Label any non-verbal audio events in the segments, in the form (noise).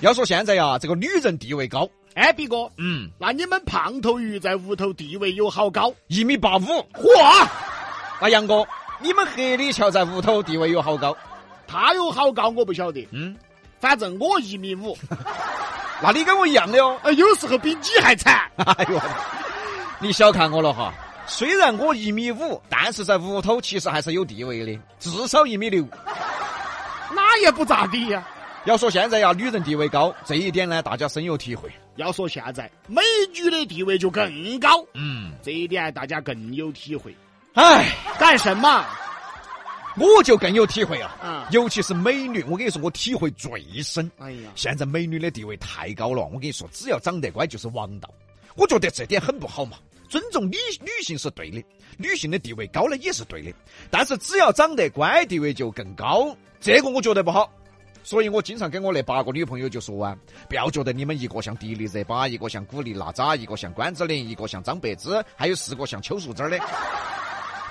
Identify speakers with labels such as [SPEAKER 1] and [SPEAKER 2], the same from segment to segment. [SPEAKER 1] 要说现在啊呀，这个女人地位高，
[SPEAKER 2] 哎，毕哥，
[SPEAKER 1] 嗯，
[SPEAKER 2] 那你们胖头鱼在屋头地位有好高？
[SPEAKER 1] 一米八五。
[SPEAKER 2] 嚯，
[SPEAKER 1] 啊，杨哥，你们黑李桥在屋头地位有好高？
[SPEAKER 2] 他有好高我不晓得，
[SPEAKER 1] 嗯，
[SPEAKER 2] 反正我一米五，
[SPEAKER 1] 那你跟我一样的哟。
[SPEAKER 2] 呃，有时候比你还惨。
[SPEAKER 1] (laughs) 哎呦，你小看我了哈。虽然我一米五，但是在屋头其实还是有地位的，至少一米六。
[SPEAKER 2] 那也不咋地呀、
[SPEAKER 1] 要说现在呀，女人地位高这一点呢，大家深有体会。
[SPEAKER 2] 要说现在美女的地位就更高，
[SPEAKER 1] 嗯，
[SPEAKER 2] 这一点大家更有体会。
[SPEAKER 1] 哎，
[SPEAKER 2] 干什么？
[SPEAKER 1] 我就更有体会啊。
[SPEAKER 2] 嗯
[SPEAKER 1] 尤其是美女，我跟你说，我体会最深。
[SPEAKER 2] 哎呀，
[SPEAKER 1] 现在美女的地位太高了，我跟你说，只要长得乖就是王道。我觉得这点很不好嘛。尊重女女性是对的，女性的地位高了也是对的，但是只要长得乖，地位就更高。这个我觉得不好，所以我经常跟我那八个女朋友就说啊，不要觉得你们一个像迪丽热巴，一个像古力娜扎，一个像关之琳，一个像张柏芝，还有四个像邱淑贞儿的。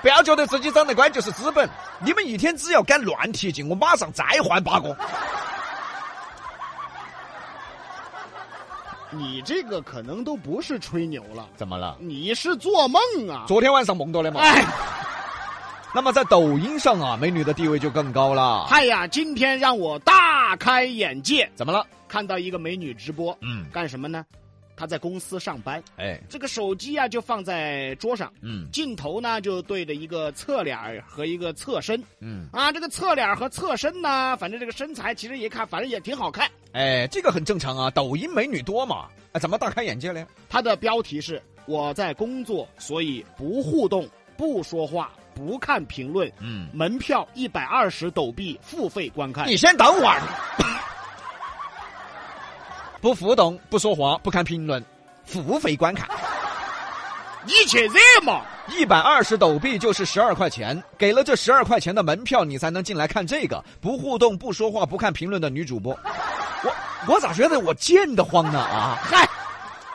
[SPEAKER 1] 不要觉得自己长得乖就是资本，你们一天只要敢乱提劲，我马上再换八个。
[SPEAKER 2] 你这个可能都不是吹牛了，
[SPEAKER 1] 怎么了？
[SPEAKER 2] 你是做梦啊！
[SPEAKER 1] 昨天晚上梦到的嘛。
[SPEAKER 2] 哎，
[SPEAKER 1] 那么在抖音上啊，美女的地位就更高了。
[SPEAKER 2] 嗨呀，今天让我大开眼界，
[SPEAKER 1] 怎么了？
[SPEAKER 2] 看到一个美女直播，
[SPEAKER 1] 嗯，
[SPEAKER 2] 干什么呢？她在公司上班，
[SPEAKER 1] 哎，
[SPEAKER 2] 这个手机啊就放在桌上，
[SPEAKER 1] 嗯
[SPEAKER 2] 镜头呢就对着一个侧脸儿和一个侧身
[SPEAKER 1] 嗯，
[SPEAKER 2] 啊，这个侧脸儿和侧身呢，反正这个身材其实一看，反正也挺好看。
[SPEAKER 1] 哎，这个很正常啊，抖音美女多嘛。哎，怎么大开眼界了？
[SPEAKER 2] 它的标题是“我在工作，所以不互动、不说话、不看评论”。
[SPEAKER 1] 嗯，
[SPEAKER 2] 门票一百二十抖币，付费观看。
[SPEAKER 1] 你先等会儿。 (laughs) 不互动，不说话，不看评论，付费观看，
[SPEAKER 2] 你去惹嘛！
[SPEAKER 1] 一百二十抖币就是十二块钱。给了这十二块钱的门票，你才能进来看这个不互动、不说话、不看评论的女主播。我我咋觉得我贱得慌呢啊？
[SPEAKER 2] 嗨，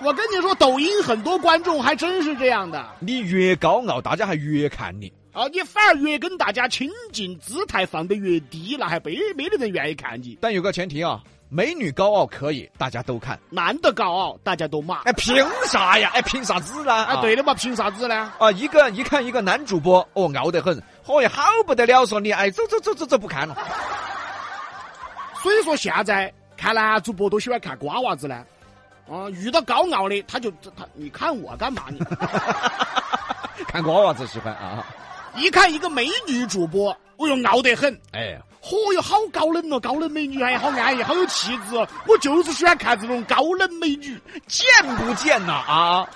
[SPEAKER 2] 我跟你说，抖音很多观众还真是这样的
[SPEAKER 1] 你越高傲，大家还越看你。
[SPEAKER 2] 啊！你反而越跟大家亲近，姿态放得越低，那还没没得人愿意看你。
[SPEAKER 1] 但有个前提啊，美女高傲可以，大家都看。
[SPEAKER 2] 男的高傲，大家都骂。
[SPEAKER 1] 哎，凭啥呀？哎，凭啥子呢？
[SPEAKER 2] 啊，对的嘛，凭啥子呢？
[SPEAKER 1] 啊，一个一看一个男主播，哦，傲得很，嚯、呀，好不得了，说你，哎，走走走走走，不看了。
[SPEAKER 2] 所以说现在看男主播都喜欢看瓜娃子呢。啊，遇到高傲的，他就他，你看我干嘛你？
[SPEAKER 1] (laughs) 看瓜娃子喜欢啊。
[SPEAKER 2] 一看一个美女主播，哎呦，傲得很，
[SPEAKER 1] 哎，
[SPEAKER 2] 嚯哟，好高冷哦，高冷美女哎，好安逸，好有气质哦！我就是喜欢看这种高冷美女，
[SPEAKER 1] 贱不贱呐啊？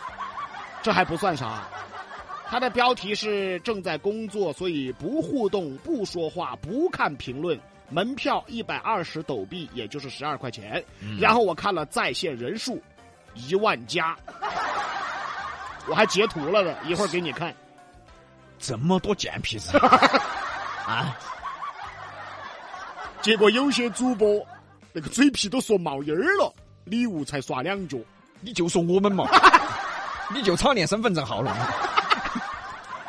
[SPEAKER 2] 这还不算啥。它的标题是正在工作，所以不互动、不说话、不看评论。门票一百二十抖币，也就是十二块钱。然后我看了在线人数，一万加，我还截图了呢，一会儿给你看。
[SPEAKER 1] 这么多贱皮 (laughs) 子啊！
[SPEAKER 2] 结果有些主播那个嘴皮都说冒烟儿了，礼物才刷两角。
[SPEAKER 1] 你就说我们嘛，你就差念身份证号了。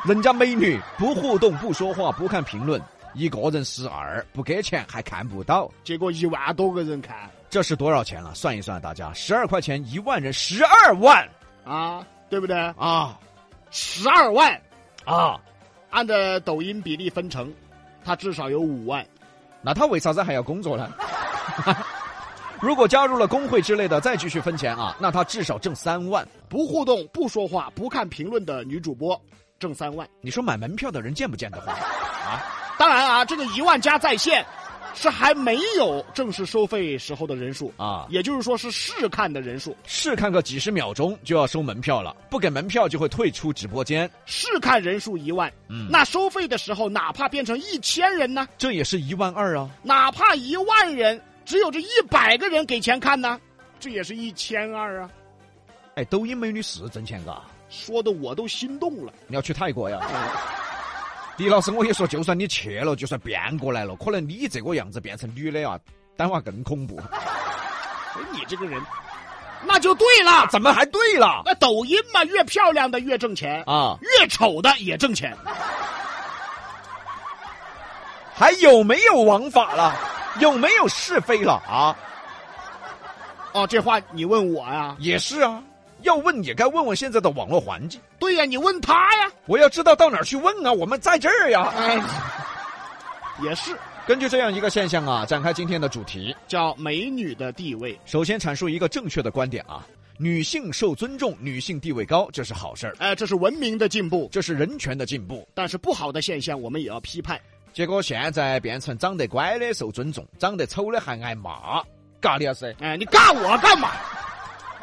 [SPEAKER 1] 人家美女不互动、不说话、不看评论，一个人十二，不给钱还看不到。
[SPEAKER 2] 结果一万多个人看
[SPEAKER 1] 这是多少钱了？算一算，大家十二块钱一万人，十二万
[SPEAKER 2] 啊，对不对？
[SPEAKER 1] 啊
[SPEAKER 2] 十二万，
[SPEAKER 1] 啊！
[SPEAKER 2] 按照抖音比例分成，它至少有五万。
[SPEAKER 1] 那他为啥子还要工作呢？ (laughs) 如果加入了工会之类的，再继续分钱啊，那他至少挣三万。
[SPEAKER 2] 不互动、不说话、不看评论的女主播挣三万。
[SPEAKER 1] 你说买门票的人见不见得慌？
[SPEAKER 2] 当然啊，这个一万加在线是还没有正式收费时候的人数
[SPEAKER 1] 啊
[SPEAKER 2] 也就是说是试看的人数。
[SPEAKER 1] 试看个几十秒钟就要收门票了，不给门票就会退出直播间，
[SPEAKER 2] 试看人数一万，
[SPEAKER 1] 嗯
[SPEAKER 2] 那收费的时候哪怕变成一千人呢？
[SPEAKER 1] 这也是一万二啊！
[SPEAKER 2] 哪怕一万人，只有这一百个人给钱看呢，这也是一千二啊！
[SPEAKER 1] 哎，抖音美女是挣钱嘎，
[SPEAKER 2] 说的我都心动了。哎
[SPEAKER 1] 你要去泰国呀？ (laughs) 李老师，我跟你说，就算你去了，就算变过来了，可能你这个样子变成女的啊，单娃更恐怖。 (laughs)
[SPEAKER 2] 哎，你这个人，那就对了。
[SPEAKER 1] 怎么还对了？
[SPEAKER 2] 那抖音嘛，越漂亮的越挣钱，
[SPEAKER 1] 啊，
[SPEAKER 2] 越丑的也挣钱。
[SPEAKER 1] 还有没有王法了？有没有是非了啊？
[SPEAKER 2] 哦，这话你问我呀？
[SPEAKER 1] 也是啊，要问也该问问现在的网络环境，
[SPEAKER 2] 对呀，你问他呀。
[SPEAKER 1] 我要知道到哪儿去问啊！我们在这儿呀。
[SPEAKER 2] 哎，也是
[SPEAKER 1] 根据这样一个现象啊，展开今天的主题。
[SPEAKER 2] 叫美女的地位。
[SPEAKER 1] 首先阐述一个正确的观点啊，女性受尊重，女性地位高，这是好事儿，
[SPEAKER 2] 哎，这是文明的进步，
[SPEAKER 1] 这是人权的进步。
[SPEAKER 2] 但是不好的现象我们也要批判。
[SPEAKER 1] 结果现在变成长得乖的受尊重，长得丑的还挨骂，嘎啊的呀是？
[SPEAKER 2] 哎，你尬我干嘛？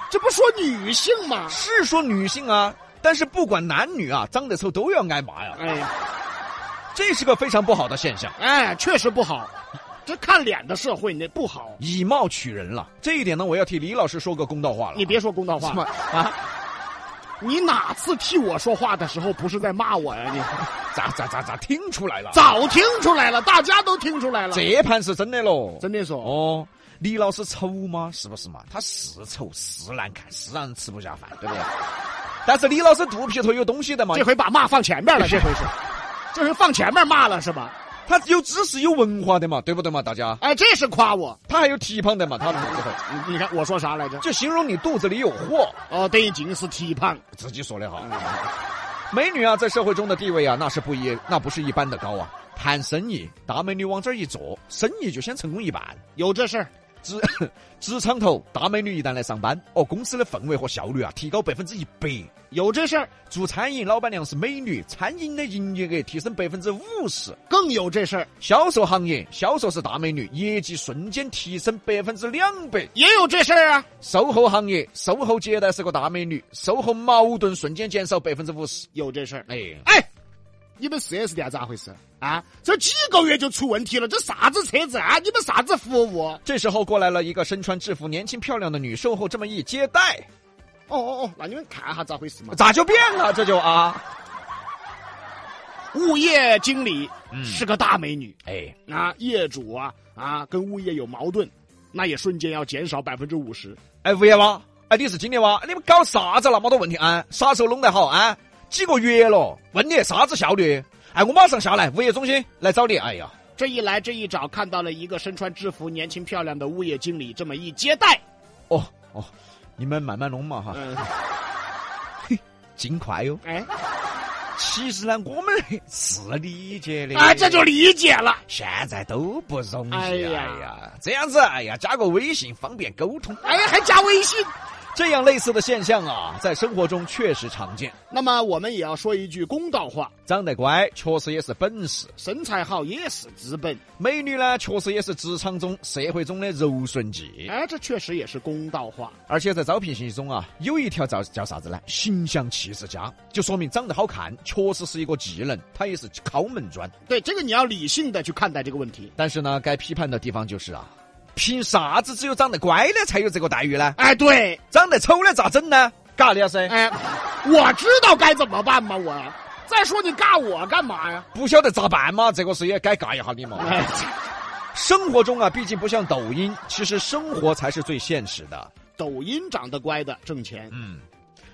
[SPEAKER 2] 这不说女性吗？
[SPEAKER 1] 是说女性啊，但是不管男女啊，长得丑都要挨骂呀，
[SPEAKER 2] 哎
[SPEAKER 1] 这是个非常不好的现象，
[SPEAKER 2] 哎，确实不好。这看脸的社会，那不好。
[SPEAKER 1] 以貌取人了。这一点呢，我要替李老师说个公道话了。
[SPEAKER 2] 你别说公道
[SPEAKER 1] 什
[SPEAKER 2] 话
[SPEAKER 1] 么，啊？
[SPEAKER 2] 你哪次替我说话的时候不是在骂我呀？你
[SPEAKER 1] 咋咋咋咋听出来了？
[SPEAKER 2] 早听出来了，大家都听出来了。
[SPEAKER 1] 这盘是真的喽？
[SPEAKER 2] 真的说，
[SPEAKER 1] 哦，李老师丑吗？是不是嘛？他是丑，是难看，是让人吃不下饭，对不对？但是李老师肚皮头有东西的嘛
[SPEAKER 2] 这，回把骂放前面了，这回是，这回放前面骂了是吧？
[SPEAKER 1] 他有知识有文化的嘛，对不对嘛？大家，
[SPEAKER 2] 哎，这是夸我。
[SPEAKER 1] 他还有蹄膀的嘛，他肚皮头
[SPEAKER 2] 你你看我说啥来着？
[SPEAKER 1] 就形容你肚子里有货，
[SPEAKER 2] 哦，对，仅是体胖。
[SPEAKER 1] 自己说的哈。美女啊，在社会中的地位啊，那是不一，那不是一般的高啊。谈生意，大美女往这儿一坐，生意就先成功一半。
[SPEAKER 2] 有这事儿，
[SPEAKER 1] 职 (coughs) 职场头，大美女一旦来上班，哦，公司的氛围和效率啊，提高百分之一百。
[SPEAKER 2] 有这事儿，
[SPEAKER 1] 做餐饮老板娘是美女，餐饮的营业额提升百分之五十。
[SPEAKER 2] 更有这事儿，
[SPEAKER 1] 销售行业，销售是大美女，业绩瞬间提升百分之两百。
[SPEAKER 2] 也有这事儿啊，
[SPEAKER 1] 售后行业，售后接待是个大美女，售后矛盾瞬间减少百分之五十。
[SPEAKER 2] 有这事儿。
[SPEAKER 1] 哎，
[SPEAKER 2] 哎，你们四 S 店咋回事啊？这几个月就出问题了，这啥子车子啊？你们啥子服务？哦
[SPEAKER 1] 这时候过来了一个身穿制服、年轻漂亮的女售后，这么一接待，哦
[SPEAKER 2] 哦哦，那你们看下咋回事嘛？
[SPEAKER 1] 咋就变了？这就啊，
[SPEAKER 2] 物业经理
[SPEAKER 1] 嗯
[SPEAKER 2] 是个大美女，
[SPEAKER 1] 哎，
[SPEAKER 2] 啊，业主啊啊跟物业有矛盾，那也瞬间要减少百分之五十。
[SPEAKER 1] 哎，物业哇，哎，你是经理哇，你们搞啥子那么多问题啊？啥时候弄得好啊？几个月了，问你啥子效率？哎，我马上下来，物业中心来找你。哎呀，
[SPEAKER 2] 这一来这一找，看到了一个身穿制服、年轻漂亮的物业经理，这么一接待，
[SPEAKER 1] 哦哦，你们慢慢弄嘛哈，
[SPEAKER 2] 嗯、
[SPEAKER 1] 尽快哟。
[SPEAKER 2] 哎
[SPEAKER 1] 其实呢，我们是理解的
[SPEAKER 2] 啊，这就理解了。
[SPEAKER 1] 现在都不容易。
[SPEAKER 2] 哎
[SPEAKER 1] 哎
[SPEAKER 2] 呀
[SPEAKER 1] 呀，这样子，哎呀，加个微信方便沟通。
[SPEAKER 2] 哎，还加微信。
[SPEAKER 1] 这样类似的现象啊，在生活中确实常见。
[SPEAKER 2] 那么我们也要说一句公道话，
[SPEAKER 1] 长得乖确实也是本事，
[SPEAKER 2] 身材好也是资本。
[SPEAKER 1] 美女呢确实也是职场中、社会中的柔顺剂。
[SPEAKER 2] 哎，这确实也是公道话。
[SPEAKER 1] 而且在招聘信息中啊，有一条叫叫啥子呢？形象气质佳，就说明长得好看，确实是一个技能，它也是敲门砖。
[SPEAKER 2] 对这个你要理性的去看待这个问题。
[SPEAKER 1] 但是呢，该批判的地方就是啊，凭啥子只有长得乖的才有这个待遇呢？
[SPEAKER 2] 哎，对，
[SPEAKER 1] 长得丑的咋整呢？嘎的呀噻，
[SPEAKER 2] 哎，我知道该怎么办吗？我再说你尬我干嘛呀？
[SPEAKER 1] 不晓得咋办嘛？这个事也该嘎一下你嘛。
[SPEAKER 2] 哎，
[SPEAKER 1] 生活中啊，毕竟不像抖音，其实生活才是最现实的。
[SPEAKER 2] 抖音长得乖的挣钱，
[SPEAKER 1] 嗯，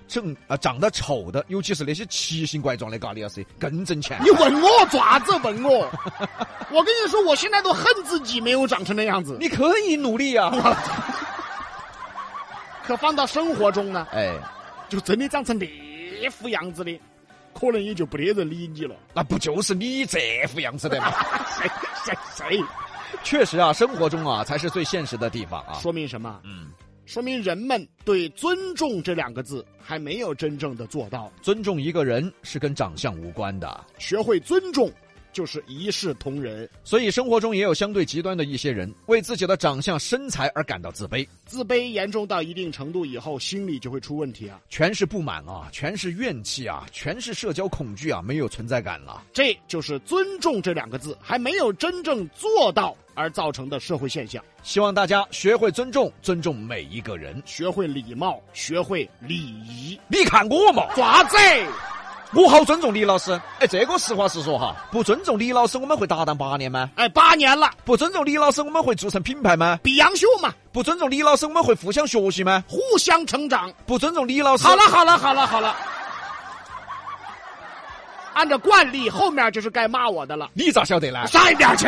[SPEAKER 1] 正啊、长得丑的，尤其是那些奇形怪状的嘎的呀噻，更挣钱。
[SPEAKER 2] 你问我爪子问我？我跟你说，我现在都恨自己没有长成那样子。
[SPEAKER 1] 你可以努力呀、啊
[SPEAKER 2] 可放到生活中呢，
[SPEAKER 1] 哎，
[SPEAKER 2] 就真的长成那副样子的，可能也就不得人理你了。 (laughs)
[SPEAKER 1] 那不就是你这副样子的吗？
[SPEAKER 2] 谁谁谁？
[SPEAKER 1] 确实啊，生活中啊才是最现实的地方啊。
[SPEAKER 2] 说明什么？
[SPEAKER 1] 嗯，
[SPEAKER 2] 说明人们对“尊重”这两个字还没有真正的做到。
[SPEAKER 1] 尊重一个人是跟长相无关的。
[SPEAKER 2] 学会尊重，就是一视同仁。
[SPEAKER 1] 所以生活中也有相对极端的一些人，为自己的长相、身材而感到自卑，
[SPEAKER 2] 自卑严重到一定程度以后，心理就会出问题啊！
[SPEAKER 1] 全是不满啊，全是怨气啊，全是社交恐惧啊，没有存在感了。
[SPEAKER 2] 这就是“尊重”这两个字还没有真正做到而造成的社会现象。
[SPEAKER 1] 希望大家学会尊重，尊重每一个人。
[SPEAKER 2] 学会礼貌，学会礼仪，
[SPEAKER 1] 你看我嘛，
[SPEAKER 2] 爪子。
[SPEAKER 1] 我好尊重李老师。哎，这个实话实说哈，不尊重李老师，我们会搭档八年吗？
[SPEAKER 2] 哎，八年了，
[SPEAKER 1] 不尊重李老师，我们会做成品牌吗？
[SPEAKER 2] 比杨秀嘛，
[SPEAKER 1] 不尊重李老师，我们会互相学习吗？
[SPEAKER 2] 互相成长。
[SPEAKER 1] 不尊重李老师，
[SPEAKER 2] 好了，好了，好了，好了。按照惯例，后面就是该骂我的了，
[SPEAKER 1] 你咋晓得呢？
[SPEAKER 2] 上一边去。